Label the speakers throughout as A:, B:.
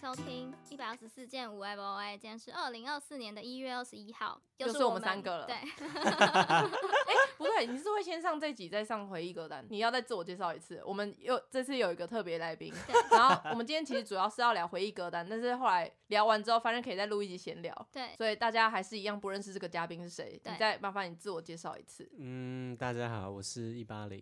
A: 收听一百二十四件无爱不爱，今天是二零二四年的一月二十一号，
B: 又
A: 是
B: 是我
A: 们
B: 们三个了
A: 对，
B: 不对，你是会先上这集，再上回忆歌单。你要再自我介绍一次。我们又这次有一个特别来宾，然后我们今天其实主要是要聊回忆歌单，但是后来聊完之后，发现可以再录一集闲聊，
A: 对，
B: 所以大家还是一样不认识这个嘉宾是谁。
A: 对
B: 你再麻烦你自我介绍一次。
C: 嗯，大家好，我是一八零，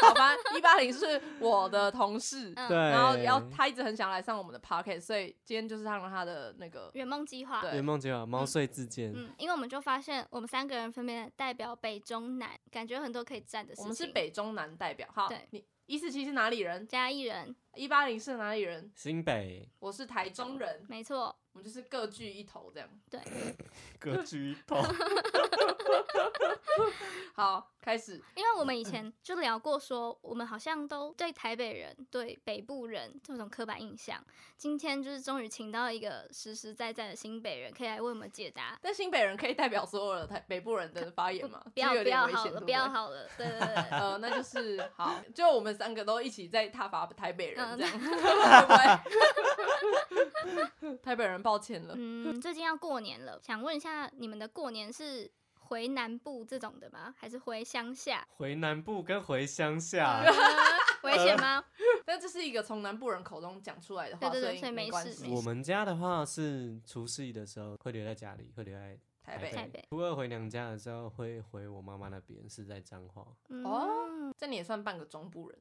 B: 好吧，一八零是我的同事，
A: 嗯
C: 对，
B: 然后然后他一直很想来上我们的 podcast，所以今天就是他让他的那个
A: 圆梦计划。
B: 对
C: 圆梦计划毛遂自荐，
A: 嗯，因为我们就发现我们三个人分别代表北中南，感觉有很多可以站的事情。
B: 我们是北中南代表。好
A: 对，
B: 你一四七是哪里人？
A: 加一人，
B: 一八零是哪里人？
C: 新北
B: 我是台中人，
A: 没错，
B: 我们就是各据一头这样。
C: 各居一头，
B: 好，开始。
A: 因为我们以前就聊过说，我们好像都对台北人、对北部人这种刻板印象。今天就是终于请到一个实实在在的新北人，可以来为我们解答。
B: 但新北人可以代表所有的台北部人的发言吗？
A: 不要
B: 这有
A: 不
B: 点
A: 要
B: 危
A: 好
B: 险
A: 了，
B: 对
A: 不要
B: 对。
A: 好了，对对对对，
B: 呃，那就是 好，就我们三个都一起在挞伐台北
A: 嗯
B: 人 这样，对不对？台 北人抱歉了，
A: 嗯，最近要过年了，想问一下你们的过年是回南部这种的吗？还是回乡下？呃
C: 回南部跟回乡
B: 啊
C: 下，
A: 危
B: 呃
A: 险 吗？
B: 但这是一个从南部人口中讲出来的话，
A: 对对对所以
B: 以
A: 没
B: 没关
A: 事没
B: 系。
C: 我们家的话是除夕的时候会留在家里，会留在
B: 台
C: 北，
B: 北，
A: 台北
C: 初二回娘家的时候会回我妈妈那边，是在彰化，
A: 嗯
B: 哦这你也算半个中部人。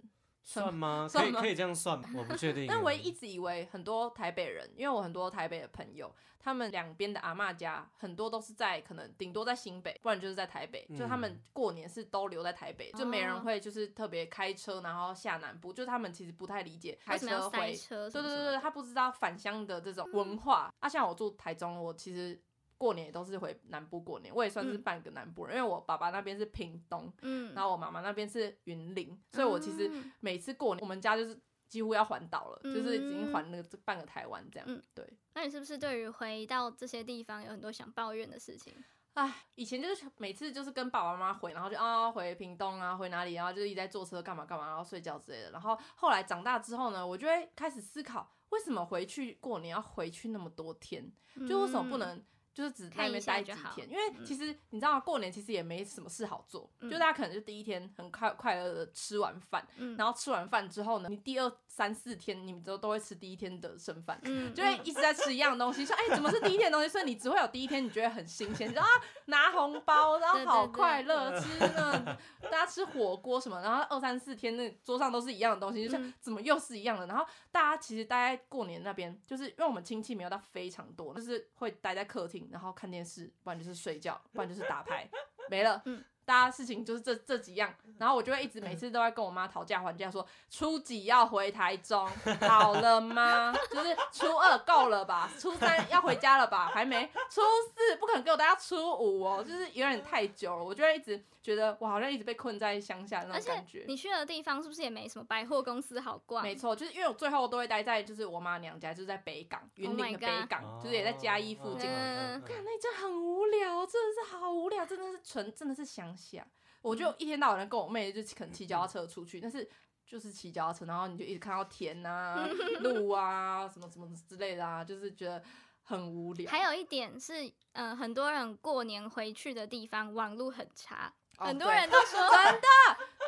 C: 算吗？
B: 算
C: 可以
B: 吗
C: 可以这样算吗，我不确定。
B: 但我也一直以为很多台北人，因为我很多台北的朋友，他们两边的阿嬷家很多都是在可能顶多在新北，不然就是在台北，就他们
C: 嗯
B: 过年是都留在台北，就没
A: 哦
B: 人会就是特别开车然后下南部，就他们其实不太理解开
A: 为什么
B: 车
A: 要塞
B: 回，
A: 车什
B: 对
A: 么
B: 对
A: 什么
B: 对对，
A: 的？嗯
B: 他不知道返乡的这种文化。啊，像我住台中，我其实。过年也都是回南部过年，我也算是
A: 嗯
B: 半个南部人，因为我爸爸那边是屏东，
A: 嗯
B: 然后我妈妈那边是云林，所以我其实
A: 嗯
B: 每次过年，我们家就是几乎要环岛了，就是已经
A: 嗯
B: 环那个半个台湾这样。
A: 嗯
B: 对，
A: 那你是不是对于回到这些地方有很多想抱怨的事情？
B: 唉，以前就是每次就是跟爸爸妈妈回，然后就啊回屏东啊，回哪里，然后就是一直在坐车干嘛干嘛，然后睡觉之类的。然后后来长大之后呢，我就会开始思考，为什么回去过年要回去那么多天？就为什么不
A: 嗯？
B: 能就是只在
A: 看
B: 那
A: 一
B: 边
A: 下
B: 待
A: 就
B: 几
A: 好
B: 天？因为其实你知道，过年其实也没什么事好做，
A: 嗯
B: 就大家可能就第一天很快快乐的吃完饭，
A: 嗯
B: 然后吃完饭之后呢，你第二三四天你们都都会吃第一天的剩饭。
A: 嗯，
B: 就会一直在吃一样东西，说哎、怎么是第一天的东西？所以你只会有第一天，你觉得很 新鲜，你就啊拿红包，然后
A: 对对
B: 好
A: 对
B: 快乐，吃呢，大家吃火锅什么，然后二三四天那桌上都是一样的东西，就是、
A: 嗯
B: 怎么又是一样的？然后大家其实待在过年那边，就是因为我们亲戚没有到非常多，就是会待在客厅，然后看电视，不然就是睡觉，不然就是打牌，没了。
A: 嗯
B: 大家事情就是这这几样，然后我就会一直每次都在跟我妈讨价还价说，初几要回台中，好了吗？就是初二够了吧，初三要回家了吧，还没，初四不肯给我大家初五哦，就是有点太久了，我就会一直觉得我好像一直被困在乡下那
A: 而
B: 种感
A: 且
B: 觉。
A: 你去的地方是不是也没什么百货公司好逛？
B: 没错，就是因为我最后都会待在就是我妈娘家，就是在北港，云林的
A: Oh God
B: 北港就是也在嘉义附近。
A: 嗯
B: 看那真的很无聊，真的是好无聊，真的是纯真的是乡下。我就一天到晚地跟我妹就可能骑脚踏车出去，但是就是骑脚踏车，然后你就一直看到田啊、路啊、什么什么之类的啊，就是觉得很无聊。
A: 还有一点是，呃，很多人过年回去的地方网络很差，
B: 哦
A: 很多
B: 对
A: 人都说
B: 真的，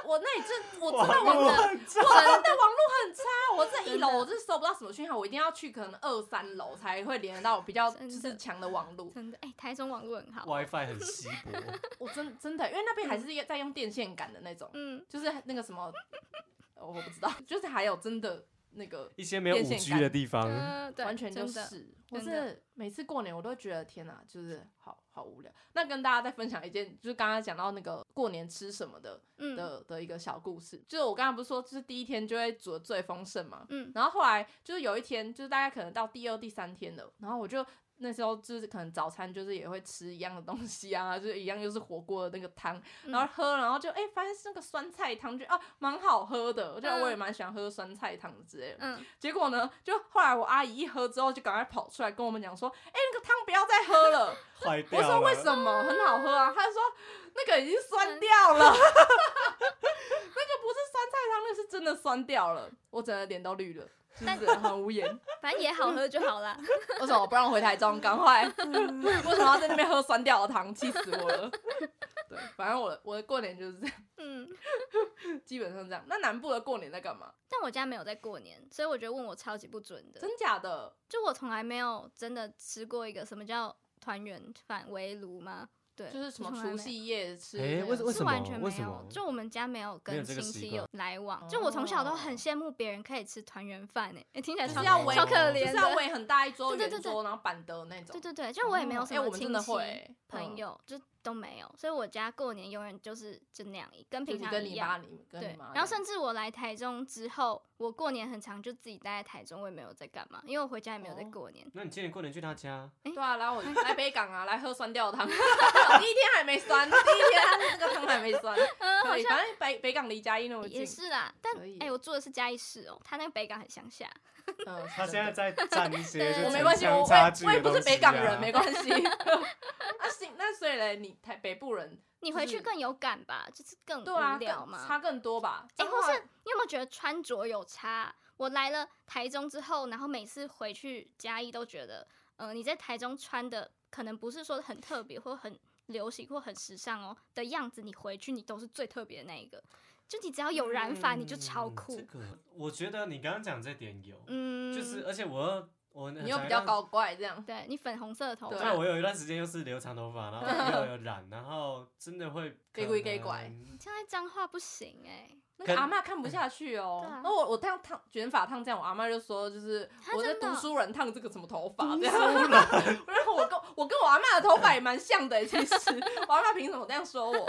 B: 我那里真我真的网 络
A: 络
C: 很差，
B: 我真的网络很差，我这一楼
A: 真的
B: 我是收不到什么讯号，我一定要去可能二三楼才会连得到比较
A: 真
B: 就
A: 的
B: 是强的网络。
A: 真的，哎、台中网络很好。
C: WiFi 很稀薄，
B: 我真真的，因为那边还是在用电线杆的那种，
A: 嗯，
B: 就是那个什么，呃我不知道，就是还有真的那个
C: 一些没有五
B: 电线
C: G
B: 杆
C: 的地方，
A: 呃、对，
B: 嗯完全就
A: 真的
B: 是，我
A: 真
B: 是每次过年我都觉得天哪，就是好好无聊。那跟大家再分享一件，就是刚刚讲到那个过年吃什么的
A: 嗯
B: 的的一个小故事，就是我刚刚不是说，就是第一天就会煮的最丰盛嘛，
A: 嗯
B: 然后后来就是有一天，就是大概可能到第二、第三天了，然后我就那时候就是可能早餐就是也会吃一样的东西啊，就是一样又是火锅的那个汤，
A: 嗯
B: 然后喝，然后就哎、发现是那个酸菜汤，就啊蛮好喝的，我觉
A: 嗯
B: 得我也蛮喜欢喝酸菜汤之类的。
A: 嗯，
B: 结果呢，就后来我阿姨一喝之后，就赶快跑出来跟我们讲说，哎、那个汤不要再喝了。
C: 坏掉
B: 我
C: 了。
B: 说为什么很好喝啊？他说那个已经酸掉 了，那个不是酸菜汤，那是真的酸掉了，我整个脸都绿了。就是很 无言。
A: 反正也好喝就好 啦。
B: 为什么不让我回台中？赶快！为什么要在那边喝酸掉的汤？气死我了！对，反正我我的过年就是这样，
A: 嗯，
B: 基本上这样。那南部的过年在干嘛？
A: 但我家没有在过年，所以我觉得问我超级不准的。
B: 真假的？
A: 就我从来没有真的吃过一个什么叫团圆饭围炉吗？对，
B: 就是什么
A: 从来没
B: 除
A: 有啊
B: 夕夜啊吃
C: 哎
B: 那个
C: 为什为
A: 是
C: 什
A: 完
C: 么
A: 全
C: 为
A: 没
C: 什
A: 有
C: 么，
A: 就我们家没有
C: 没
A: 跟
C: 有这
A: 亲
C: 个习
A: 戚
C: 惯
A: 有来往。就我从小都很羡慕别人可以吃团圆饭诶，哎听起来
B: 就
A: 超
B: 是要围
A: 超可
B: 就
A: 怜
B: 是要
A: 的。
B: 围很大一桌
A: 对对对
B: 圆桌，然后板的那种。
A: 对对对，就我也没有
B: 哦
A: 什
B: 哎
A: 么
B: 我们真
A: 亲
B: 的
A: 戚、
B: 会欸
A: 朋
B: 嗯
A: 友，就都没有，所以我家过年永远就是就那样，跟
B: 就
A: 平
B: 你
A: 常
B: 跟
A: 一
B: 你
A: 样
B: 妈，。你跟你
A: 对
B: 妈，这样。
A: 然后甚至我来台中之后，我过年很长就自己待在台中，我也没有在干嘛，因为我回家也没有在
B: 哦
A: 过年。
C: 那你今年过年去他家？
B: 对啊，来我来北港啊，来喝酸掉 汤。第一天还没酸，第一天那个汤还没酸，
A: 嗯，好
B: 可以。
A: 像
B: 反正北北港离嘉义那么近
A: 也，是啦，但
B: 可以
A: 哎、我住的是嘉义市哦，他那个北港很乡下。
B: 嗯，
C: 他现在在占一 些
A: 对
C: 就
B: 我
C: 城
B: 没关系，我
C: 乡
B: 我
C: 差
B: 也
C: 距
B: 我也
C: 的
B: 不
C: 东
B: 是
C: 西
B: 北港人，没
C: 啊。
B: 关 系。 啊，行，那所以嘞，你台北部人
A: 你
B: 就
A: 回去
B: 是
A: 更有感吧，就是更
B: 对啊，
A: 无聊
B: 更
A: 嘛。
B: 差更多吧？
A: 哎、
B: 彰
A: 或
B: 化
A: 是你有没有觉得穿着有差？我来了台中之后，然后每次回去嘉义都觉得，呃，你在台中穿的可能不是说很特别或很流行或很时尚哦的样子，你回去你都是最特别的那一个。就你只要有染发，你就超
C: 嗯
A: 酷
C: 这。个我觉得你刚刚讲这点有，
A: 嗯，
C: 就是而且我又我呃
B: 你又比较，高怪这样，
A: 对你粉红色的头
B: 对
C: 对，
A: 发，
C: 我有一段时间又是留长头发，然后又有染，然后真的会
B: 给 鬼给拐
A: 现在脏话不行哎、
B: 那个
C: 跟
B: 阿嬷看不下去哦
A: 对啊。
B: 那我我烫烫卷发烫这样，我阿嬷就说就是
A: 她
B: 我在
A: 真的
B: 读书人烫这个什么头发这样。 然后我跟我跟我阿嬷的头发也蛮像的，欸其实我阿嬷凭什么这样说我？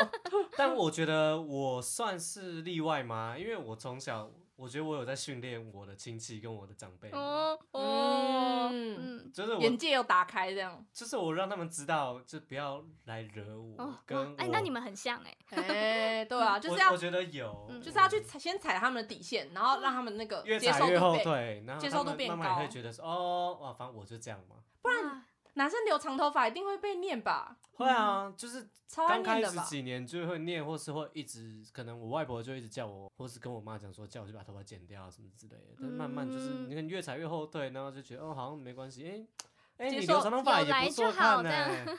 C: 但我觉得我算是例外吗？因为我从小，我觉得我有在训练我的亲戚跟我的长辈，
A: 哦哦，
B: 嗯
A: 嗯，
C: 就是
B: 眼
C: 我，
B: 界又打开这样。
C: 就是我让他们知道，就不要来惹我。
A: 哦，
C: 跟
A: 哇
C: 我，
A: 哎、那你们很像哎、
B: 哎，对啊，就是
C: 我
B: 要
C: 我觉得有，
A: 嗯
B: 就是要去踩先踩他们的底线，然后让他们那个
C: 越
B: 接受
C: 踩越
B: 度
C: 后
B: 被。
C: 退，然后
B: 接
C: 他
B: 受度
C: 们
B: 变
C: 慢慢也
B: 高嗯
C: 会觉得说，哦，哇，反正我就这样嘛。
A: 不然
B: 男生留长头发一定会被念吧？
C: 会啊，就是
B: 超爱
C: 刚
B: 念
C: 开
B: 的
C: 始
B: 吧？
C: 几年就会念，或是会一直，可能我外婆就一直叫我，或是跟我妈讲说，叫我去把头发剪掉啊什么之类的。但慢慢就是
A: 嗯
C: 你看越踩越后退，然后就觉得哦，好像没关系，哎、哎、
B: 接
C: 你
B: 受
C: 留长头发
A: 有
C: 也
A: 来
C: 不
A: 就
C: 错
A: 好
C: 看
A: 这
C: 呢、
A: 样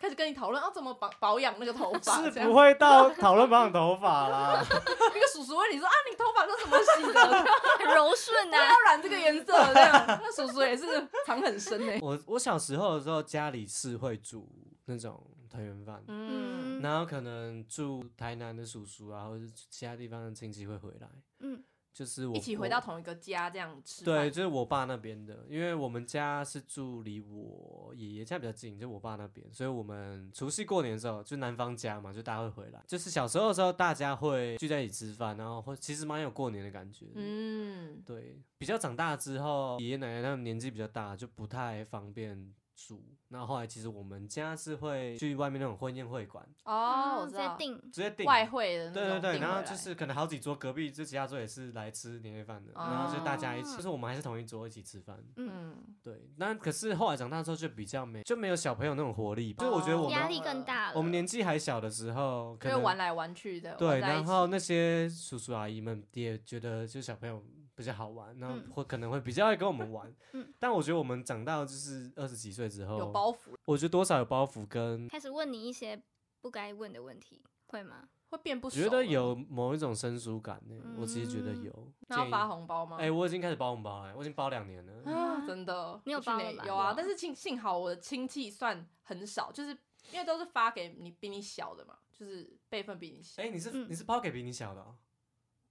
B: 开始跟你讨论要哦怎么保保养那个头发，
C: 是
B: 这样
C: 不 会到讨论保养头发啦。
B: 一个叔叔问你说啊，你头发都怎么洗的？
A: 很柔顺啊 呐、
B: 要染这个颜色 这样，那叔叔也是藏很深欸呢。
C: 我我小时候的时候，家里是会煮那种团圆饭，
B: 嗯，
A: 嗯
C: 然后可能住台南的叔叔啊，或者是其他地方的亲戚会回来，
A: 嗯，
C: 就是我
B: 一起
C: 我
B: 回到同一个家这样吃
C: 对，
B: 饭。
C: 就是我爸那边的，因为我们家是住离我爷爷家比较近，就我爸那边，所以我们除夕过年的时候，就南方家嘛，就大家会回来。就是小时候的时候，大家会聚在一起吃饭，然后会其实蛮有过年的感觉。嗯，
B: 嗯，
C: 对。比较长大之后，爷爷奶奶他们年纪比较大，就不太方便煮。然后后来其实我们家是会去外面那种婚宴会馆
B: 哦，我
A: 直
B: 知
A: 接
B: 道，
A: 定，
C: 直接订
B: 外汇的那
C: 对对
B: 种
C: 对，
B: 订
C: 然后
B: 回来
C: 就是可能好几桌隔壁，就其他桌也是来吃年夜饭的，
B: 哦
C: 然后就大家一起，就是我们还是同一桌一起吃饭。
A: 嗯，
B: 嗯，
C: 对，那可是后来长大之后就比较没就没有小朋友那种活力，就是我觉得我
A: 压
C: 们
A: 力更大了。
C: 我们年纪还小的时候，可
B: 因为玩
C: 能
B: 来玩去的，
C: 对，
B: 玩在一
C: 然
B: 起
C: 后那些叔叔阿姨们也觉得就小朋友比较好玩，然后
A: 嗯
C: 会可能会比较爱跟我们玩
A: 嗯。
C: 但我觉得我们长大就是二十几岁之
B: 有
C: 后，
B: 包袱，
C: 我觉得多少有包袱，跟
A: 开始问你一些不该问的问题，会吗？
B: 会变不熟了。
C: 觉得有某一种生疏感呢。我其实觉得
A: 嗯
C: 有。
B: 那要
C: 建议
B: 发红包吗？
C: 哎、我已经开始包红包了，我已经包两年了。
B: 啊，真的，
A: 你有
B: 我去
A: 包了
B: 年
A: 吧
B: 有
A: 有
B: 啊
A: 啊，
B: 但是幸幸好我的亲戚算很少，就是因为都是发给你比你小的嘛，就是辈分比你小。
C: 哎、你是、
A: 嗯
C: 你是包给比你小的、哦，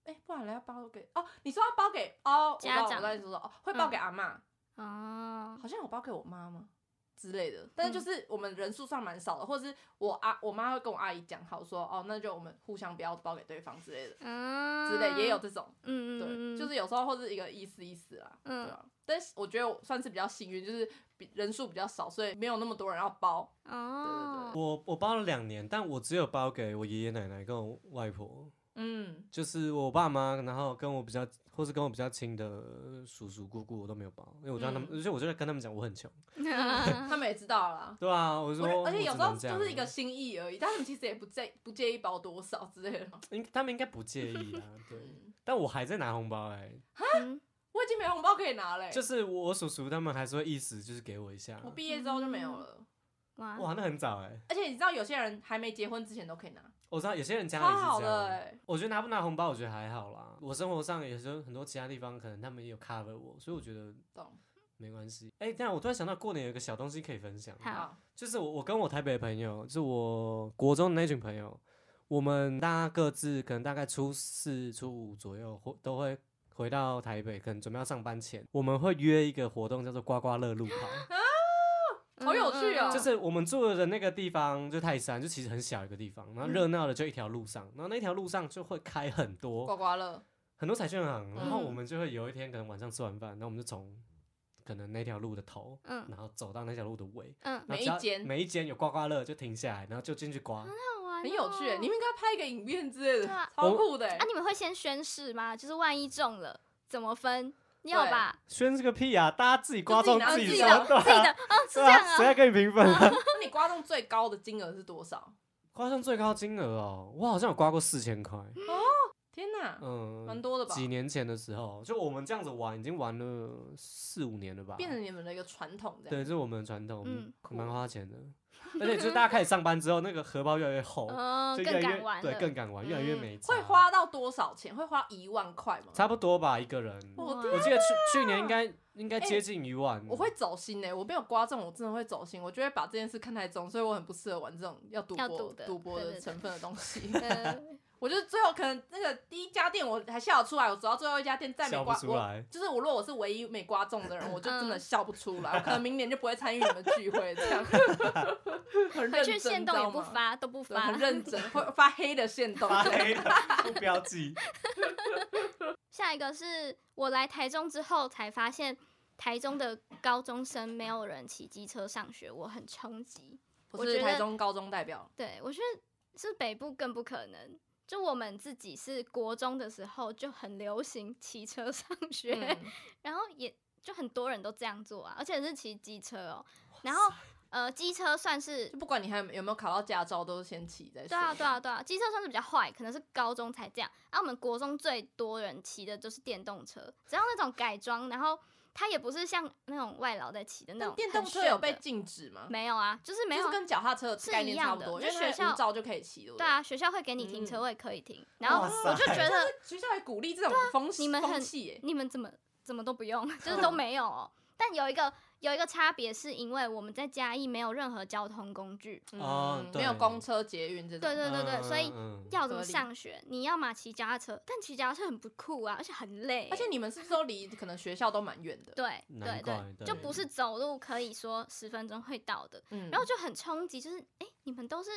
B: 哎、不然要包给哦，你说要包给哦，我知道
A: 家长嗯
B: 我知道你说的哦，会包给阿嬷，
A: 哦，
B: 好像有包给我妈吗？之类的，但
A: 嗯
B: 是就是我们人数上蛮少的，或者是我阿我妈会跟我阿姨讲好说，哦，那就我们互相不要包给对方之类的，
A: 嗯，
B: 之类也有，这种，
A: 嗯
B: 对，
A: 嗯，
B: 就是有时候或者一个意思意思啦，对
A: 嗯，
B: 啊，但是我觉得我算是比较幸运，就是比人数比较少，所以没有那么多人要包。
A: 哦，
C: 我我包了两年，但我只有包给我爷爷奶奶跟我外婆，
B: 嗯，
C: 就是我爸妈，然后跟我比较或是跟我比较亲的叔叔姑姑，我都没有包，因为我就让他们，
B: 嗯
C: 而且我就跟他们讲我很穷，
A: 嗯
B: 他们也知道了啦。
C: 对啊，我
B: 我
C: 说
B: 觉得
C: 我
B: 而且有
C: 只
B: 时候
C: 能这样啊
B: 就是一个，心意而已，但他们其实也不介不介意包多少之类的嘛。
C: 应他们应该不介意啊，对，
B: 嗯，
C: 但我还在拿红包哎、
A: 嗯
B: 没红包可以拿嘞、
C: 就是我叔叔他们还是会意思就是给我一下。
B: 哎
C: 啊
B: 我毕业之后就没有了。
A: 哇，
C: 哇，那很早哎、
B: 而且你知道有些人还没结婚之前都可以拿，
C: 我知道有些人家
B: 超
C: 里是
B: 好
C: 这
B: 的
C: 样。
B: 哎、
C: 我觉得拿不拿红包，我觉得还好啦。我生活上有时候很多其他地方可能他们也有 cover 我，所以我觉得
B: 欸懂？
C: 没关系。哎、但我突然想到过年有一个小东西可以分享，
A: 好
B: 好，
C: 就是我我跟我台北的朋友，就是我国中的那群朋友，我们大家各自可能大概初四、初五左右会都会回到台北，可能准备要上班前，我们会约一个活动叫做刮刮乐路跑，
A: 嗯
B: 好有趣哦
C: 就
A: 就是
C: 是我们住的那个地方就泰山，就其实很小一个地方，然后热闹的就一条路上，然后那条路上就会开很多
B: 刮刮乐，
C: 很多彩券行，然后
A: 嗯
C: 我们就会有一天可能晚上吃完饭，然后我们就从可能那条路的头，
A: 嗯
C: 然后走到那条路的尾，
A: 嗯，
C: 然后
B: 每
C: 只要
B: 一间
C: 每一间有刮刮乐就停下来，然后就进去刮。
A: 好玩哦，
B: 很有趣哎、你们应该拍一个影片之类
A: 对啊
B: 的，超酷的哎、
A: 啊，你们会先宣誓吗？就是万一中了怎么分？你有
B: 对
A: 吧？
C: 宣这个屁啊！大家自己刮中
B: 就自己
C: 己
B: 拿
C: 说，对
A: 自己的
C: 啊，
A: 哦，是这
C: 对
A: 样
C: 啊，
A: 啊。
C: 谁在跟你平 分啊？
B: 那你刮中最高的金额是多少？
C: 刮中最高金额哦，我好像有刮过四千块，
B: 天哪，
C: 嗯，
B: 蛮多的吧
C: 几年前的时候，就我们这样子玩，已经玩了四五年了吧？
B: 变成你们的一个传统这
C: 对，
B: 样。
C: 这是我们的传统，
A: 嗯
C: 蛮花钱的。而且就是大家开始上班之后，那个荷包越来越 厚，
A: 嗯，
C: 就越来
A: 更
C: 越
A: 敢玩
C: 对，
A: 了。嗯
C: 更敢玩，越来越没差。
B: 会花到多少钱？会花一万块吗？
C: 差不多吧，一个人。
B: 我
A: 哇
B: 天，
C: 我记得去去年应该应该
B: 哎
C: 接近一万。
B: 我会走心哎、我没有刮中，我真的会走心，我就会把这件事看太重，所以我很不适合玩这种要赌
A: 要
B: 博
A: 赌的
B: 赌博
A: 对
B: 的
A: 对 对
B: 成分的东 西。
A: 呃
B: 我就是最后可能那个第一家店我还笑得出来，我走到最后一家店再没
C: 笑
B: 刮
C: 不，出
B: 我
C: 来。
B: 就是我如果我是唯一没刮中的人，我就真的
A: 嗯
B: 笑不出来，我可能明年就不会参与你们聚会 这样。很认
A: 回
B: 真，
A: 去限动
B: 知
A: 也
B: 道
A: 不
B: 吗，
A: 发，都不
B: 对
A: 发
B: 很。认真，会发黑的限动。
C: 发黑的不标记，
A: 下一个是我来台中之后才发现，台中的高中生没有人骑机车上学，我很冲击。
B: 我
A: 我
B: 是
A: 觉得
B: 台中高中代表，
A: 对我觉得是北部更不可能。就我们自己是国中的时候就很流行骑车上 学，
B: 嗯
A: 然后也就很多人都这样做啊，而且是骑机车哦。然后呃，机车算是
B: 就不管你还有有没有考到驾照，都是先骑再说。
A: 对啊，对啊，对啊，机车算是比较坏，可能是高中才这样。啊，我们国中最多人骑的就是电动车，只要那种改装，然后它也不是像那种外劳在骑的那
B: 但
A: 种。
B: 电动车有被？禁止吗？
A: 没有啊，就是没
B: 就
A: 有
B: 是
A: 啊。
B: 跟脚踏车的概念差不多，
A: 是一
B: 因
A: 样的就
B: 为
A: 学校
B: 它无照就可以骑，对不
A: 对啊，学校会给你停
B: 嗯
A: 车位，可以停。然后
C: 哇塞
A: 我就觉得
B: 学校也鼓励这种风气
A: 啊你们很
B: 风气耶，
A: 你们怎么怎么都不用，就是
B: 嗯
A: 都没有、哦。但有一个有一个差别，是因为我们在嘉义没有任何交通工具。
C: 哦
B: 嗯，
C: 对
B: 没有公车、捷运这 种，
A: 对对对对，所以
C: 嗯嗯嗯
A: 要怎么
B: 合理
A: 上学？你要嘛骑脚踏车，但骑脚踏车很不酷啊，而且很累。
B: 而且你们是不是都离可能学校都蛮远的？
A: 对
C: 难
A: 对
C: 怪
A: 对，就
C: 对
A: 不是走路可以说十分钟会到的，
B: 嗯，
A: 然后就很冲击，就是哎、诶你们都是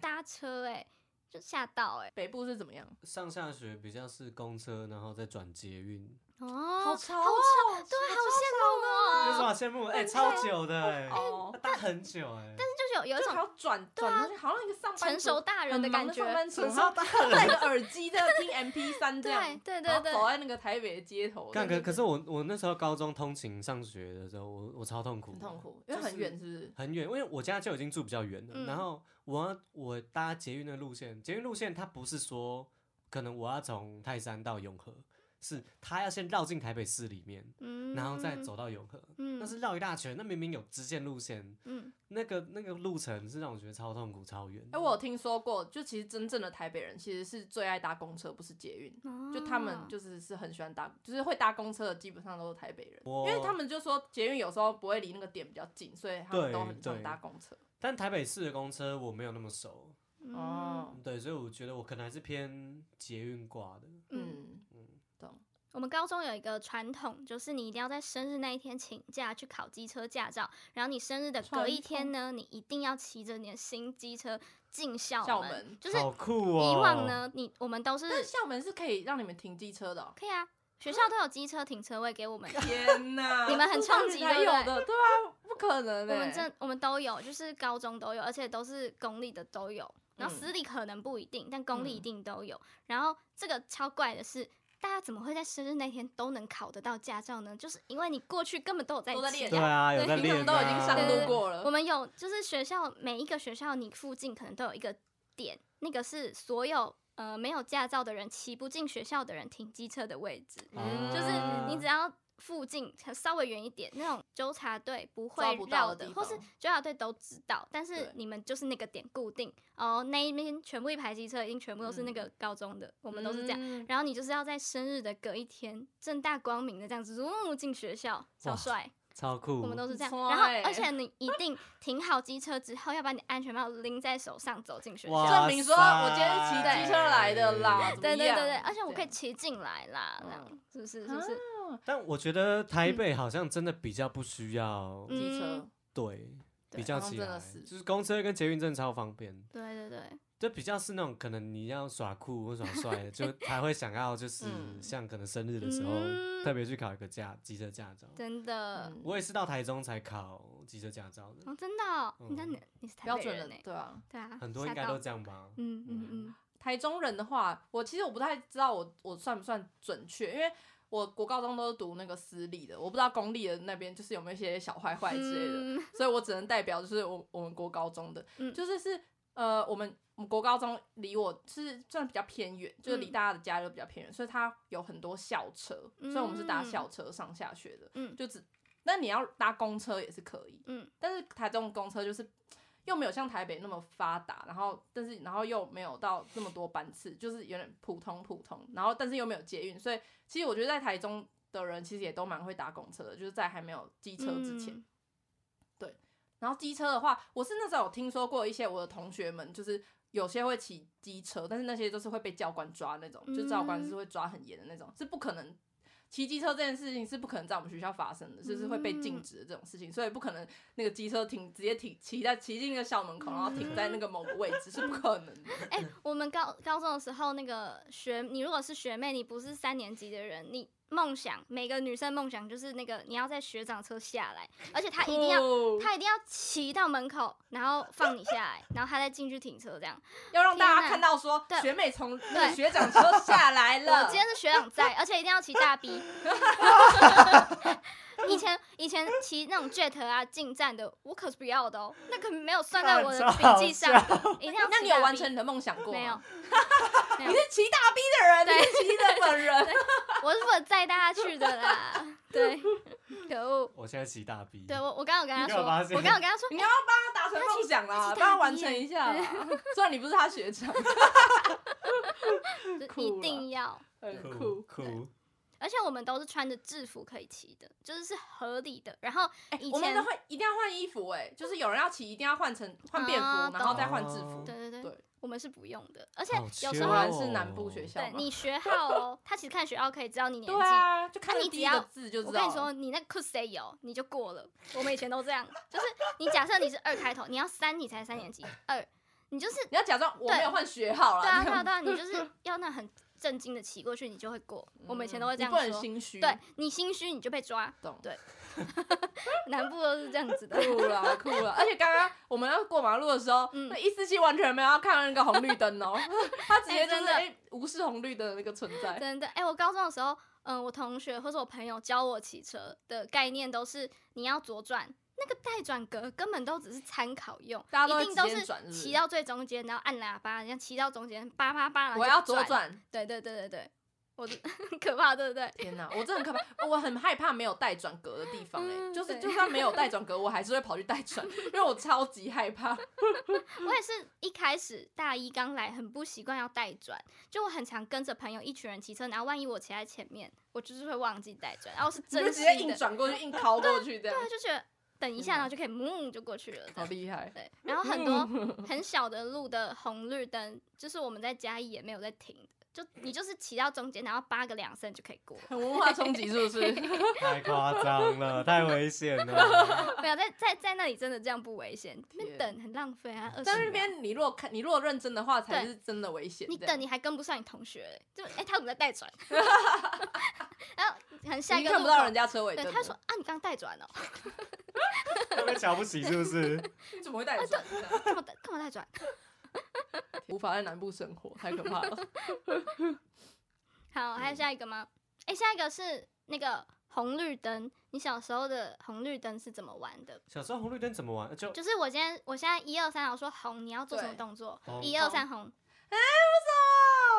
A: 搭车哎、诶就吓到哎、诶
B: 北部是怎么样？
C: 嗯上下学比较是公车，然后再转捷运。
A: 哦，
B: 潮
A: 好
B: 哦，对，
A: 对，好
C: 有
A: 羡
C: 什
A: 慕哦，
B: 啊
C: 么好羡慕？哎，超久的哎，
B: 哦，
C: 搭很久哎，但
A: 就是有有一
B: 就还啊
A: 种
B: 要转转过去，好像一个上班族
A: 成熟大人
B: 很
A: 的感
B: 忙的
A: 觉
B: 上，班族，
C: 成
B: 然后
C: 熟大
B: 戴个耳机在那听 MP 三这样，
A: 对对
B: 然
A: 对
B: 后走啊
A: 对，
B: 在那个台北的街头，
C: 干
B: 那
C: 可
B: 个
C: 可是我我那时候高中通勤上学的时候，我我超痛苦，
B: 很痛，苦，因为很远，是不是？
C: 很远，因为我家就已经住比较远了。
A: 嗯
C: 然后我要我搭捷运的路线，捷运路线它不是说可能我要从泰山到永和，是它要先绕进台北市里面，
A: 嗯
C: 然后再，走到永和，
A: 嗯
C: 那是绕一大圈，那明明有支线路线，
A: 嗯，
C: 那个那个路程是让我觉得超痛苦、超远。
B: 哎，我有听说过，就其实真正的台北人其实是最爱搭公车，不是捷运。
A: 哦
B: 就他们就是是很喜欢搭，就是会搭公车的，基本上都是台北人，因
C: 我
B: 为他们就说捷运有时候不会离那个点比较近，所以他们
C: 对
B: 都很常
C: 对
B: 搭公车。
C: 但台北市的公车我没有那么熟，
A: 嗯
B: 哦，
C: 对，所以我觉得我可能还是偏捷运挂的。
A: 嗯。
B: 嗯，
A: 我们高中有一个传统，就是你一定要在生日那一天请假去考机车驾照，然后你生日的隔一天呢，你一定要骑着你的新机车进校
B: 校
A: 门。
B: 门
A: 就是
C: 好酷哦！
A: 以往？呢，你我们都是
B: 但是校门是可以让你们停机 车的哦、，
A: 可以啊，学校都有机车停车位给我们
B: 天 哪
A: 你们很冲击
B: 这大学才
A: 对不对
B: 有的，对啊，不可能
A: 我
B: 欸
A: 们这我们都有，就是高中都有，而且都是公立的都有，然后
B: 嗯
A: 私立可能不一定，但公立一
B: 嗯
A: 定都有。然后这个超怪的是。大家怎么会在生日那天都能考得到驾照呢？就是因为你过去根本都有在
B: 都在
A: 骑
B: 练
C: 对
A: 啊
C: 啊，
A: 对
C: 有在
B: 平
C: 练、啊，
B: 常都已经上路
A: 对
B: 过了
A: 我，们有，就是学校每一个学校，你附近可能都有一个点，那个是所有呃没有驾照的人骑不进学校的人停机车的位置，
C: 啊
B: 嗯
A: 就是你只要附近稍微远一点那种纠察队不
B: 抓
A: 会
B: 不到
A: 绕
B: 的地
A: 或是
B: 方
A: 纠察队都知道，但
B: 对
A: 是你们就是那个点固定哦，那一边全部一排机车已经全部都是那
B: 嗯
A: 个高中的，我们都是这样。
B: 嗯
A: 然后你就是要在生日的隔一天，正大光明的这样子，呜进学校，
C: 哇
A: 超帅。
C: 超酷。哦
A: 我们都是这样。
B: 很
A: 然后
B: 帅，欸
A: 而且你一定停好机车之后，要把你安全帽拎在手上走进学校。
C: 哇
B: 证明说我今天是骑
C: 塞
B: 机车来的啦，
A: 对对对对，而且我可
B: 可
A: 以
B: 以
A: 骑进来啦，这样
B: 嗯
A: 是不是？是不是？
C: 但我觉得台北好像真的比较不需要，
A: 嗯
B: 机车
A: 嗯，
C: 对，
B: 对
C: 比较
B: 好像
C: 起
B: 真的
C: 来
B: 是，
C: 就是公车跟捷运真的超方便。
A: 对对对，
C: 就比较是那种可能你要耍酷或耍帅 的，就才会想要就是
B: 嗯
C: 像可能生日的时候、
A: 嗯
C: 特别去考一个驾机车驾照。
A: 真的，
B: 嗯
C: 我也是到台中才考机车驾照的，
A: 哦，真的哦，你在
C: 嗯
A: 哪？你是台
B: 标
A: 北
B: 准
A: 人
B: 的
A: 呢？
B: 对啊，
A: 对啊，
C: 很多应
A: 吓
C: 该
A: 到
C: 都这样吧。
A: 嗯嗯嗯，
B: 台中人的话，我其实我不太知道我我算不算准确，因为我国高中都是读那个私立的，我不知道公立的那边就是有没有一些小坏坏之类的，
A: 嗯
B: 所以我只能代表就是我我们国高中的，
A: 嗯
B: 就是是呃我们我们国高中离我是算比较偏远，就是离
A: 嗯
B: 大家的家就比较偏远，所以它有很多校车，所以我们是搭校车上下学的，
A: 嗯
B: 就只那你要搭公车也是可以，
A: 嗯
B: 但是台中的公车就是又没有像台北那么发达，然后但是然后又没有到那么多班次，就是有点普通普通，然后但是又没有捷运，所以其实我觉得在台中的人其实也都蛮会搭公车的，就是在还没有机车之前。
A: 嗯
B: 然后机车的话，我是那时候有听说过一些我的同学们，就是有些会骑机车，但是那些都是会被教官抓那种，就教官
A: 嗯
B: 是会抓很严的那种，是不可能。骑机车这件事情是不可能在我们学校发生的，就是会被
A: 嗯
B: 禁止的这种事情，所以不可能那个机车停直接停骑在骑进一个校门口，然后停在那个某个位置是不可能 的。
A: 哎、我们高高中的时候，那个学你如果是学妹，你不是三年级的人，你梦想每个女生梦想就是那个你要在学长车下来，而且他哎一定要
B: 不
A: 他一定要骑到门口，然后放你下来，然后他再进去停车这样。
B: 要让大
A: 天
B: 家
A: 哪
B: 看到说
A: 对
B: 学妹从那个
A: 对
B: 学长车下来
A: 我
B: 了。
A: 今天是学长 在，而且一定要骑大 B。以前以前骑那种 jet 啊进站的，我可是不要的哦，那可没有算在我的笔记 上
C: 看，
A: 一定要骑大 B。
B: 那你有完成你的梦想过吗？
A: 没有？没有
B: 你是骑大 B 的人，
A: 对
B: 你是骑的本 人。
A: 我是负责载大家去的 啦。对，可恶。
C: 我现在骑大 B，
A: 对我，我刚刚有跟他
C: 你
A: 说，
C: 有发现
A: 我刚刚有跟他说，
B: 你要帮他达成梦想啦，
A: 他骑
B: 帮他完
A: 他骑大
B: 成
A: 毕业
B: 一下啦。 虽然你不是他学长，
A: 哎就是一定要，
B: 很
C: 酷
B: 酷。
C: 酷，
A: 而且我们都是穿着制服可以骑的，就是是合理的。然后
B: 哎
A: 以前
B: 我们都会一定要换衣服，哎，就是有人要骑，一定要换成换便服，
A: 啊
B: 然后再
C: 懂
B: 换制服。
A: 对对对，
B: 对
A: 我们是不用的，而且
C: 好
A: 有时
C: 秋
A: 候
B: 果
C: 哦
B: 然是南部学校
A: 对
B: 嘛。
A: 你学号哦，他其实看学号可以知道你年纪。
B: 对啊，就看
A: 啊
B: 着
A: 你只
B: 第一个
A: 要
B: 字就
A: 我
B: 知道。
A: 跟你说，你那 could say 有，你就过了。我们以前都这样，就是你假设你是二开头，你要三你才三年级，二你就是
B: 你要假装我没有换学号啦。
A: 对啊
B: 这
A: 对啊
B: 样
A: 对啊，你就是要那很震惊的骑过去，你就会过。我们以前都会这样
B: 嗯你不能
A: 说，
B: 心虚。
A: 对，你心虚你就被抓，
B: 懂。
A: 对南部都是这样子的。
B: 酷了 酷了，而且刚刚我们要过马路的时候，
A: 嗯
B: 那一四七完全没有要看那个红绿灯 哦，他直接就
A: 哎
B: 是
A: 真的
B: 哎无视红绿灯的那个存在。
A: 真的，哎、我高中的时候，嗯，我同学或者我朋友教我骑车的概念都是你要左转，那个带转格根本都只是参考用，
B: 大家都会
A: 一定都
B: 直接
A: 是
B: 转是不是
A: 骑到最中间，然后按喇叭，人家骑到中间，叭叭叭，然后
B: 我
A: 就
B: 要左，转，
A: 对对对对对，我的 很可怕，对不对？
B: 天哪，我真的很可怕，我很害怕没有带转格的地方哎、
A: 嗯
B: 就是
A: 对
B: 就算没有带转格，我还是会跑去带转，因为我超级害怕。嗯
A: 我也是一开始大一刚来，很不习惯要带转，就我很常跟着朋友一群人骑车，然后万一我骑在前面，我就是会忘记带转，然后是
B: 你就
A: 真
B: 直
A: 心
B: 接硬
A: 的，
B: 转过去，硬靠过去这样
A: 对，，就觉得等一
B: 天
A: 下，然
B: 哪
A: 后就可以嗯就过去了，这
B: 好
A: 样
B: 厉害。
A: 对，然后很
B: 。
A: 多很小的路的红绿灯，就是我们在嘉义也没有在停的，就你就是骑到中间，然后扒个两声就可以过
B: 很文化冲击是不 是？
C: 太夸张了，太危险 了。
A: 没有在在在那里真的这样不危险，那边
B: 天
A: 等很浪费啊。20
B: 但是那
A: 秒
B: 边你如果看，你如果认真的话，才
A: 对
B: 是真的危险。
A: 你
B: 这样
A: 等你还跟不上你同学欸、就哎、他怎么在带 转？然后很下一
B: 你
A: 个
B: 看
A: 路
B: 不到
A: 口
B: 人家车尾灯
A: 对
B: 的，
A: 他说啊你刚带转哦，
C: 特别瞧不起是 不是？
B: 你怎么会带
A: 啊
B: 转？这样
A: 干嘛带干嘛带转？
B: 无法在南部生活，太可 怕了。
A: 好，
B: 嗯
A: 还有下一个吗？哎、下一个是那个红绿灯，你小时候的红绿灯是怎么玩的？
C: 小时候红绿灯怎么玩？就
A: 就是我今天，我现在一二三，我说红，你要做什么
B: 对
A: 动作？
C: 红
A: 一二三红，
B: 哦，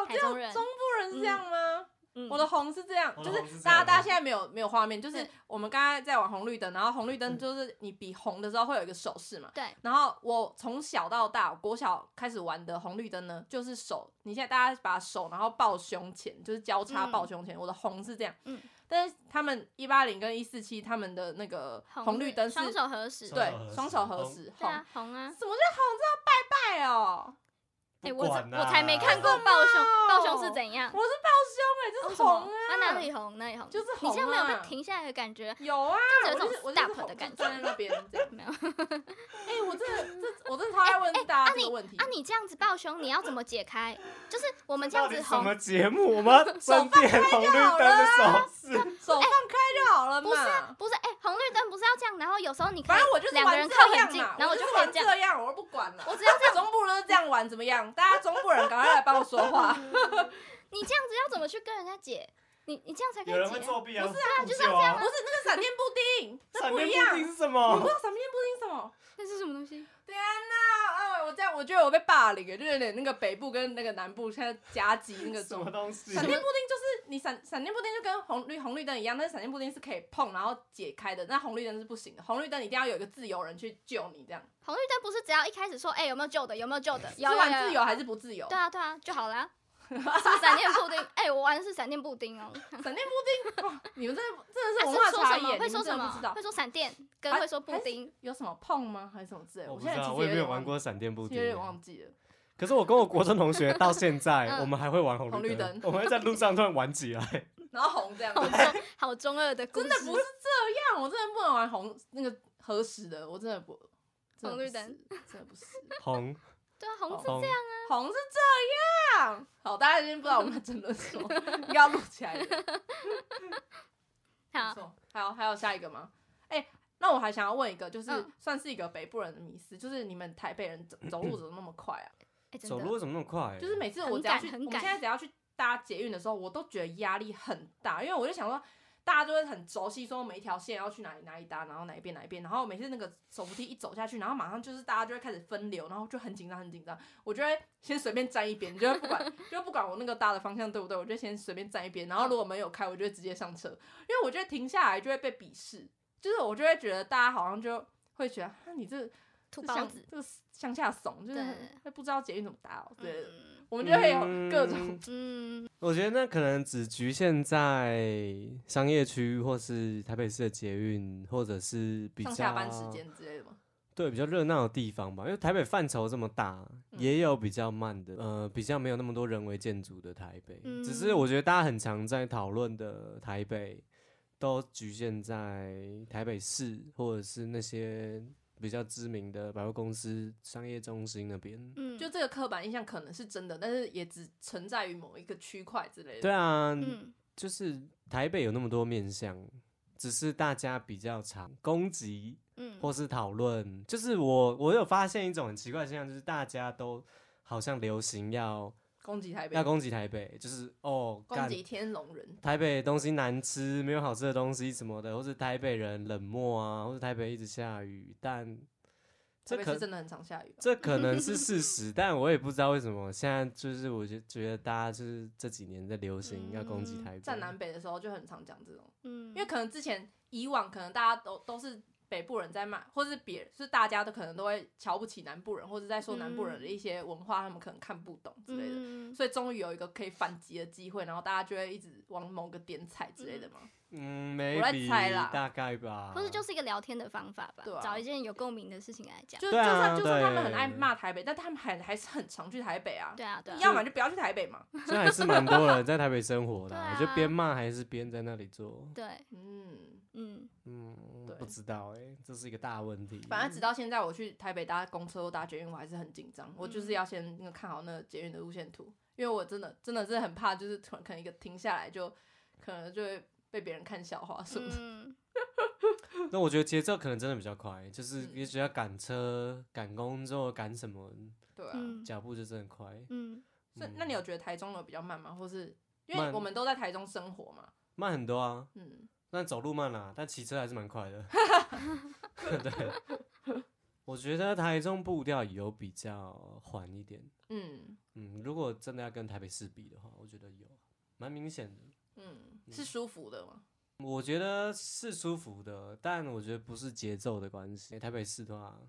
A: 台
B: 这样
A: 中人
B: 中部人是这样吗？
A: 嗯
B: 我的红是这样，
C: 我的
B: 就
C: 红是这
B: 大家
C: 样
B: 大家
C: 吗
B: 现在没有没有画面，就是
A: 嗯
B: 我们刚才在玩红绿灯，然后红绿灯就是你比红的时候会有一个手势嘛。
A: 对，
B: 然后我从小到大，国小开始玩的红绿灯呢，就是手，你现在大家把手然后抱胸前，就是交叉
A: 嗯
B: 抱胸前。我的红是这样，
A: 嗯
B: 但是他们一八零跟一四七他们的那个红绿灯是
A: 双手合十，
C: 双
B: 对
C: 手合十
B: 双手合
C: 红
B: 十
A: 对
B: 红，
A: 啊，红啊，
B: 什么叫红？这要拜拜哦，
A: 哎、
C: 不
A: 我
C: 管
A: 只我
C: 啦
A: 才没看过抱胸，抱胸是怎样
B: 我？是抱胸哎、
A: 为
B: 这
A: 什
B: 是
A: 么
B: 红啊，
A: 啊，哪里红？哪里红？
B: 就是
A: 你这样没有
B: 红啊
A: 被停下来的感觉，
B: 有啊，
A: 这样
B: 我
A: 子有
B: 就是
A: 种
B: 我就是
A: stop
B: 红
A: 的感觉
B: 就站在那边这样。
A: 没有？
B: 哎、我 真的这我真的超爱问大家这个问题。
A: 啊，你这样子抱胸，你要怎么解开？就是我们这
C: 到
A: 样
C: 底
A: 子
C: 什
A: 红
C: 么，节目？我们 要分辨红绿灯的手势。
B: 手放开就好了
A: 哎
B: 嘛。
A: 不是啊不是？哎、红绿灯不是要这样？然后有时候你可以
B: 反
C: 啊
B: 正我就是
A: 两个
B: 玩
A: 人
B: 这
A: 靠
B: 样
A: 很近，
B: 嘛，
A: 然后
B: 我
A: 就
B: 就是
A: 可以
B: 玩
A: 这样。
B: 这样，我不管了。
A: 我只要
B: 这样，中部都是这样玩，怎么样？大家中部人赶快来帮我说 话。
A: 你这样子要怎么去跟人家解？你你这样才可
C: 有人
A: 以
C: 会
A: 解啊、
C: 作弊啊？不是
A: 啊就是要
C: 这样
B: 不。是那个闪电布丁，那
C: 闪
B: 不
C: 电
B: 一样。
C: 布丁是什
B: 你不
C: 么
B: 知？道闪电布丁什么？
A: 那是什么东西？
B: 天哪！啊，我这样我觉得我被霸凌了，就有点那个北部跟那个南部现在夹击那个
C: 什
B: 中
C: 么。东西？
B: 闪电布丁就是你闪闪电布丁就跟红绿红绿灯一样，但是闪电布丁是可以碰然后解开的，那红绿灯是不行的。红绿灯一定要有一个自由人去救你，这样
A: 红绿灯不是只要一开始说，哎、有没有救的？有没有救的？
B: 是
A: 有有
B: 玩自
A: 有。
B: 由还是不自由？
A: 对啊对啊，就好啦。 是不是闪电布丁？哎、我玩的是闪电布丁哦。
B: 闪电布丁，哇，你们真的真的是
A: 啊
B: 文化
A: 是说
B: 差
A: 什
B: 异
A: 么？
B: 耶，
A: 会
B: 你们
A: 说
B: 真
A: 什
B: 的不知
A: 么？
B: 道
A: 会说闪电，跟
B: 还
A: 会说布
B: 还是
A: 丁。
B: 有什么碰吗？还是什么之类的？
C: 我不
B: 现
C: 知
B: 在其
C: 道，
B: 实
C: 我也没
B: 有
C: 有
B: 点
C: 玩
B: 忘，
C: 过闪电布
B: 其
C: 丁
B: 实有点
C: 欸。
B: 忘记了。
C: 可是我跟我国中同学到 现在，
A: 嗯
C: 我们还会玩红
B: 红
C: 绿
B: 绿
C: 灯
B: 灯，
C: 我们会在路上突然 玩起来。
B: 然后红这样，
A: 好
B: 真
A: 中好中二的故事，
B: 的不是这样，我真的不能玩红那个核实的，我真的不。真的
A: 红
B: 不
A: 绿
B: 是
A: 灯，
B: 真的不是，
C: 红
A: 对啊，红字
C: 红，
B: 红是这样。好，大家已经不知道我们在争论什 么，应该要录起来的。没
A: 好，
B: 错，还有还有下一个吗？哎、那我还想要问一个，就是
A: 嗯
B: 算是一个北部人的迷思，就是你们台北人走走路怎么那么快啊？
A: 哎，真
C: 走
A: 的
C: 路为什么那么快？
B: 就是每次我
A: 很
B: 只要
A: 赶
B: 去，我
A: 很
B: 们
A: 赶
B: 现在只要去搭捷运的时候，我都觉得压力很大，因为我就想说，大家就会很熟悉，说每一条线要去哪里哪里搭，然后哪一边哪一边，然后每次那个手扶梯一走下去，然后马上就是大家就会开始分流，然后就很紧张很紧张。我就会先随便站一边，就会不管就不管我那个搭的方向对不对，我就先随便站一边。然后如果没有开，我就会直接上车，因为我觉得停下来就会被鄙视，就是我就会觉得大家好像就会觉得，啊你这
A: 土
B: 这
A: 包
B: 乡
A: 子，
B: 这个乡下怂，就是
A: 对
B: 会不知道捷运怎么搭哦，对。
A: 嗯
B: 我们就会有各种、
A: 嗯，
C: 我觉得那可能只局限在商业区或是台北市的捷运，或者是比较
B: 上下班时，间之类的嘛。
C: 对比较热闹的地方吧。因为台北范畴这么大，
B: 嗯
C: 也有比较慢的，呃，比较没有那么多人为建筑的台北。
A: 嗯
C: 只是我觉得大家很常在讨论的台北，都局限在台北市或者是那些比较知名的百货公司、商业中心那边。
A: 嗯，
B: 就这个刻板印象可能是真的，但是也只存在于某一个区块之类的。
C: 对啊，
A: 嗯，
C: 就是台北有那么多面向，只是大家比较常攻击
A: 嗯，
C: 或是讨论。就是我我有发现一种很奇怪的现象，就是大家都好像流行要
B: 攻击台北
C: 要，攻击台北，就是哦，
B: 攻
C: 干
B: 击天龙人，
C: 台北东西难吃，没有好吃的东西什么的，或是台北人冷漠啊，或是台北一直下雨， 但
B: 特
C: 这
B: 别
C: 可
B: 是真的很常下雨吧。啊
C: 这可能是事实，但我也不知道为什么现在就是我就觉得大家就是这几年在流行要攻击
A: 嗯
C: 台北，
B: 站南北的时候就很常讲这种，
A: 嗯，因
B: 因为可能之前以往可能大家都都是北部人在骂，或是别是大家都可能都会瞧不起南部人，或者在说南部人的一些文化，他们可能看不懂之类的。
A: 的，
B: 所以终于有一个可以反击的机会，然后大家就会一直往某个点踩之类的嘛。
C: 嗯
B: 我在
C: ，maybe
B: 猜啦
C: 大概吧，
A: 或者就是一个聊天的方法吧
B: 对，啊
A: 找一件有共鸣的事情来讲，
B: 就就
C: 对啊
B: 算就算他们
C: 对
B: 很爱骂台北，但他们还还是很常去台北啊。
A: 对嗯啊，对啊，
B: 要么就不要去台北嘛。
C: 现在还是蛮多人在台北生活 的、
A: 对啊
C: 就边骂还是边在那里做，
A: 对，
B: 嗯，
A: 嗯，
C: 嗯，
B: 对
C: 不知道哎、这是一个大问题。
B: 反正直到现在我去台北搭公车或搭捷运，我还是很紧张。我
A: 嗯
B: 就是要先那个看好那个捷运的路线图，因为我真的真的是很怕，就是突然可能一个停下来就可能就会被别人看笑话什么的。
A: 嗯，
C: 那我觉得节奏可能真的比较快，就是
B: 嗯
C: 也许要赶车、赶工作、赶什么，
B: 对啊，
A: 嗯，
C: 脚步就真的快。
A: 嗯，
B: 所以
C: 嗯
B: 那你有觉得台中有比较慢吗？或是因为
C: 慢
B: 我们都在台中生活嘛？
C: 慢很多啊，
B: 嗯，
C: 但走路慢啦、啊但骑车还是蛮 快的。对，我觉得台中步调有比较缓一点。
B: 嗯，
C: 啊嗯，如果真的要跟台北市比的话，我觉得有蛮明显的。
B: 是舒服的吗？
C: 我觉得是舒服的，但我觉得不是节奏的关系。台北市的话，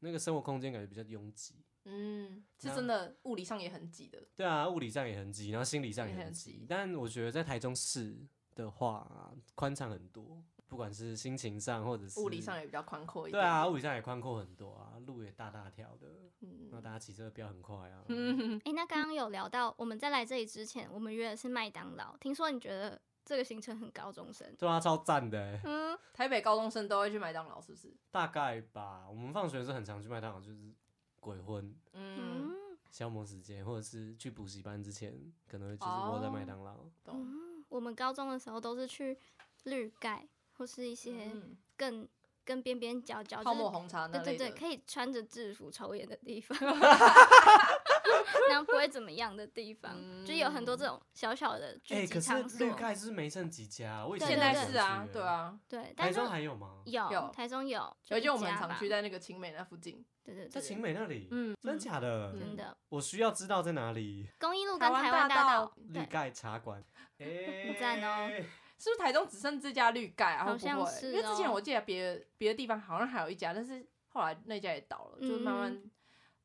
C: 那个生活空间感觉比较拥挤。
B: 嗯，是
C: 那
B: 真的物理上也很挤的。
C: 对啊，物理上也很挤，然后心理上也
B: 也
C: 很
B: 很
C: 挤
B: 挤。
C: 但我觉得在台中市的话，宽敞很多，不管是心情上或者是
B: 物理上也比较宽阔一
C: 对
B: 点。
C: 啊，，物理上也宽阔很多啊，路也大大条的，那
B: 嗯，
C: 大家骑车不要很快啊。
A: 哎、那刚刚有聊到，我们在来这里之前，我们约的是麦当劳。听说你觉得这个行程很高中生，
C: 对啊，超赞的欸，
A: 嗯，
B: 台北高中生都会去麦当劳，是不是？
C: 大概吧。我们放学的时候很常去麦当劳，就是鬼混
B: 嗯，
A: 嗯
C: 消磨时间，或者是去补习班之前，可能会就是窝在
B: 哦
C: 麦当劳。
B: 懂。
A: 嗯我们高中的时候都是去绿盖或是一些
B: 嗯
A: 更、更边边角角，就
B: 泡
A: 是
B: 沫红茶那
A: 对对
B: 类
A: 对，
B: 的，
A: 可以穿着制服抽烟的地 方，然后不会怎么样的地方，就有很多
B: 嗯
A: 这种小小的聚
C: 哎、
A: 集
C: 可
A: 场
C: 是
A: 所。
C: 绿盖是不是没剩几家，我以前
A: 对
B: 现
C: 没
B: 在
C: 有
B: 是啊
C: 去，欸
B: 对。啊。
A: 对，但
C: 台
A: 是
C: 中还有吗？
A: 有
B: 有
A: 台中有，
B: 而且我
A: 一
B: 们很
A: 家
B: 常
A: 吧
B: 去在那个青美那附近，
A: 对对对，
C: 在
A: 对
C: 晴美那里，
B: 嗯
C: 真假的？
A: 真的
C: 我需要知道在哪里。
A: 公益路跟台
B: 湾
A: 湾大
B: 道
A: 道
C: 绿
A: 对。
C: 盖茶 馆，哎，
A: 赞哦。
B: 是不是台中只剩这家绿盖啊？
A: 好
B: 会不
A: 像
B: 会
A: 是
B: 因为之前
A: 哦
B: 我记得别的别的地方好像还有一家，但是后来那家也倒了，就慢慢、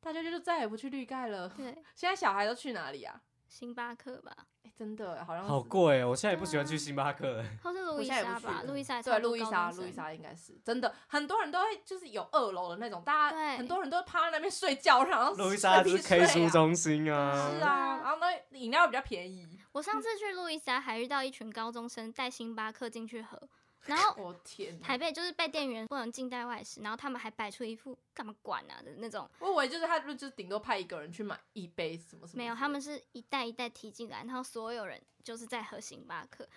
B: 大家就再也不去绿盖了。
A: 嗯对，
B: 现在小孩都去哪里啊？
A: 星巴克 吧，
B: 哎、真的好像
C: 好
B: 是
C: 贵哦！我现在也不喜欢去星巴克了。
A: 或是路
B: 我
A: 易
B: 现在也
A: 莎
B: 不去
A: 吧，路易莎也
B: 对，
A: 超多
B: 路易
A: 高
B: 莎，
A: 中
B: 路易
A: 生，
B: 莎应该是真的，很多人都会就是有二楼的那种，大家
A: 对
B: 很多人都会趴在那边睡觉，然后
C: 路易 莎就是 K 书
B: 中
C: 中心啊，
B: 啊是啊，然后那饮料比较便宜，
A: 我上次去路易莎还遇到一群高中生带星巴克进去喝，然后
B: 我、天哪，
A: 台北就是被店员不能进带外食，然后他们还摆出一副干嘛管啊的那种，
B: 我以为就是他就就顶多派一个人去买一杯什么什么之类的，
A: 没有，他们是一袋一袋提进来，然后所有人就是在喝星巴克，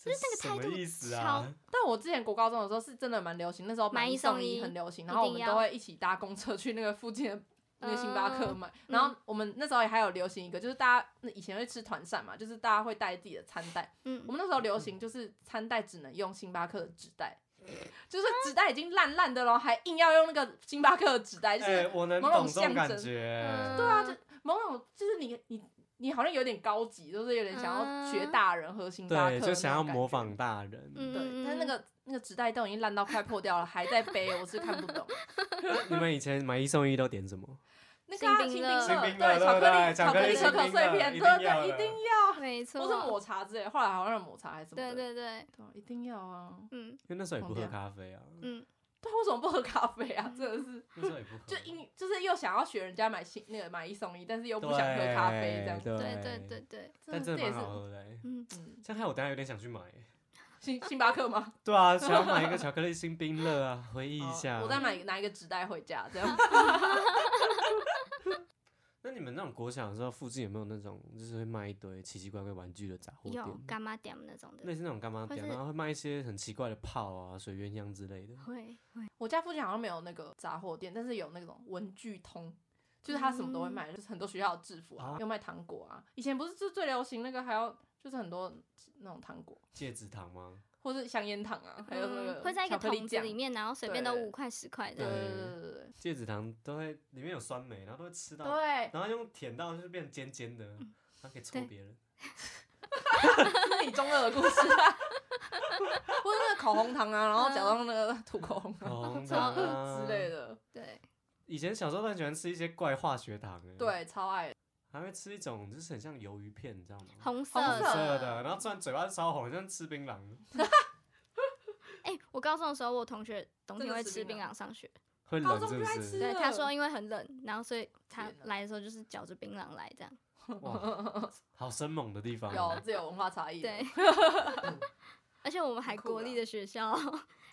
C: 这是
A: 那个态
C: 什
A: 度
C: 么意思啊？
B: 但我之前国高中的时候是真的蛮流行，那时候
A: 买一
B: 一
A: 送
B: 一
A: 一
B: 很流行，
A: 一
B: 然后我
A: 定
B: 们
A: 要
B: 都会一起搭公车去那个附近的那个星巴克
A: 嗯
B: 买。然后我们那时候也还有流行一个，就是大家那以前会吃团扇嘛，就是大家会带自己的餐袋。
A: 嗯
B: 我，们那时候流行就是餐袋只能用星巴克的纸袋，就是纸袋已经烂烂的了，还硬要用那个星巴克的纸袋，就
C: 哎，
B: 是
C: 我能
B: 某
C: 懂
B: 种
C: 这种
B: 象
C: 感
B: 征。
C: 觉。
B: 对啊，就某种就是你你你好像有点高级，就是有点想要学
A: 嗯
B: 大人喝星巴克，
C: 对，就想要模仿。大人。
A: 嗯
B: 对，但是那个那个纸袋都已经烂到快破掉了，还在背，我是看不懂。
C: 你们以前买一送一都点什么？
B: 那个啊
A: 新
B: 冰
A: 冰乐
C: 新冰乐
B: 对，巧
C: 对
B: 克
C: 对
B: 力
C: 巧克
B: 克
C: 力
B: 力可可
C: 新冰乐
B: 碎片，
C: 一
B: 对
C: 定要
B: 对，
C: 的
B: 一定要，
A: 没错，
B: 啊或是抹茶之类，后来好像有抹茶还是什么
A: 对
B: 的，
A: 对对，
B: 对啊，一定要啊。
A: 嗯
C: 因为那时候也不喝
B: 忘掉
C: 咖啡啊，
A: 嗯，
B: 对，为什么不喝咖啡啊？真的是，
C: 那时候也不喝。
B: 就因就是又想要学人家买新那个买一送一，但是又
C: 对
B: 不想喝咖啡这样子。
A: 对对对，对，
C: 但
B: 这
C: 真的
B: 也是，
C: 蛮好喝的欸。
A: 嗯，
B: 嗯，
C: 这样害我等下有点想去买欸。
B: 星星巴克吗？
C: 对啊，想要买一个巧克力星冰乐啊，回忆一
B: 哦
C: 下。
B: 我再买拿一个纸袋回家，这样。
C: 那你们那种国小的时候，附近有没有那种就是会卖一堆奇奇怪怪玩具的杂货店？
B: 嗯
A: 有干妈点那种的
C: 类，似那种干妈
A: 或
C: 店，
A: 是
C: 然后会卖一些很奇怪的炮啊、水鸳鸯之 类的。
A: 会
B: 我家附近好像没有那个杂货店，但是有那种文具通，就是他什么
A: 嗯
B: 都会卖，就是很多学校的制服啊
C: 啊，
B: 又卖糖果啊。以前不是就最流行那个，还要就是很多那种糖果，
C: 戒指糖吗？
B: 或是香烟糖啊，还有那
A: 嗯
B: 个
A: 会在一个
B: 巧克力
A: 桶子
B: 酱。
A: 里面，然后随便都
B: 对
A: 五块十块
B: 对
A: 的，
B: 对对对对
C: 戒指糖都会里面有酸梅，然后都会吃到，
B: 对，
C: 然后用舔到就是变尖尖的，
B: 嗯
C: 然后可以抽
A: 对
C: 别人。
B: 这是你中二的故事啊。或者那个口红糖啊，然
A: 嗯
B: 后假装那个吐口红啊
C: 口红
B: 然
C: 糖
B: 后
C: 啊
B: 之类。的，
A: 对，
C: 以前小时候都很喜欢吃一些怪化学糖，欸，
B: 对，超爱。
C: 还会吃一种就是很像鱿鱼片，你知道吗？
A: 红色
B: 嗯红
C: 紫
A: 的。
C: 色的，然后突然嘴巴是超红，像吃槟榔。
A: 哎，我高中的时候，我同学冬
B: 真
A: 天
B: 的
A: 会
B: 吃
A: 吃
B: 槟
A: 槟
B: 榔
A: 榔上学，
C: 会
B: 高
C: 冷
B: 中
C: 是不
B: 就爱
C: 是？
B: 吃
A: 对，
B: 真的
A: 他说因为很冷，然后所以他
B: 天哪
A: 来的时候就是嚼着槟榔来这样，
C: 哇，好生猛的地方哦、
B: 有这有文化差异。
A: 对， 而且我们还
B: 嗯很酷啊
A: 国立
B: 啦
A: 的学校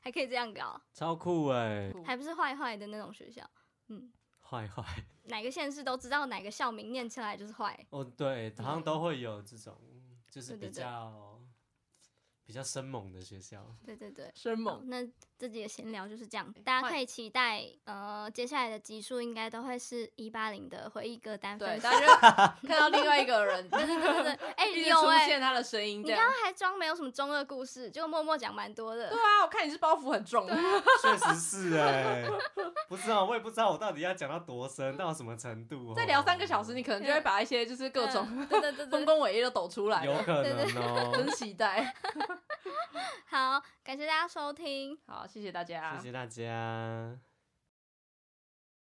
A: 还可以这样搞，
C: 超酷哎、
B: 酷，
A: 还不是坏坏的那种学校，
C: 坏坏
A: 哪个县市都知道哪个校名念起来就是坏，
C: 哦，对，好像都会有这种，就是
A: 对对
C: 比
A: 对
C: 较比较生猛的学 校。
A: 对对对。
B: 生
A: 好，
B: 猛。
A: 那这集的闲聊就是这样，大家可以期待，呃，接下来的集数应该都会是一八零的回忆歌单
B: 对，
A: 分
B: 大
A: 享。
B: 家就 会看到另外一个人，欸
A: 对对对对， 对哎、
B: 一直
A: 有
B: 出
A: 哎、
B: 现他的声音
A: 你
B: 这
A: 刚
B: 样
A: 刚。还装没有什么中二故事，结果默默讲蛮多的。
B: 对啊，我看你是包袱很重。
C: 确实是哎、不知道，我也不知道我到底要讲到多深，到什么程度哦。
B: 再聊三个小时，你可能就会把一些就是各种
A: 嗯对对对
B: 丰
A: 对，
B: 功伟业都抖出来
C: 有
B: 了，
C: 可能哦、
B: 真期待。
A: 好，感谢大家收听。
B: 好，谢谢大家，
C: 谢谢大家。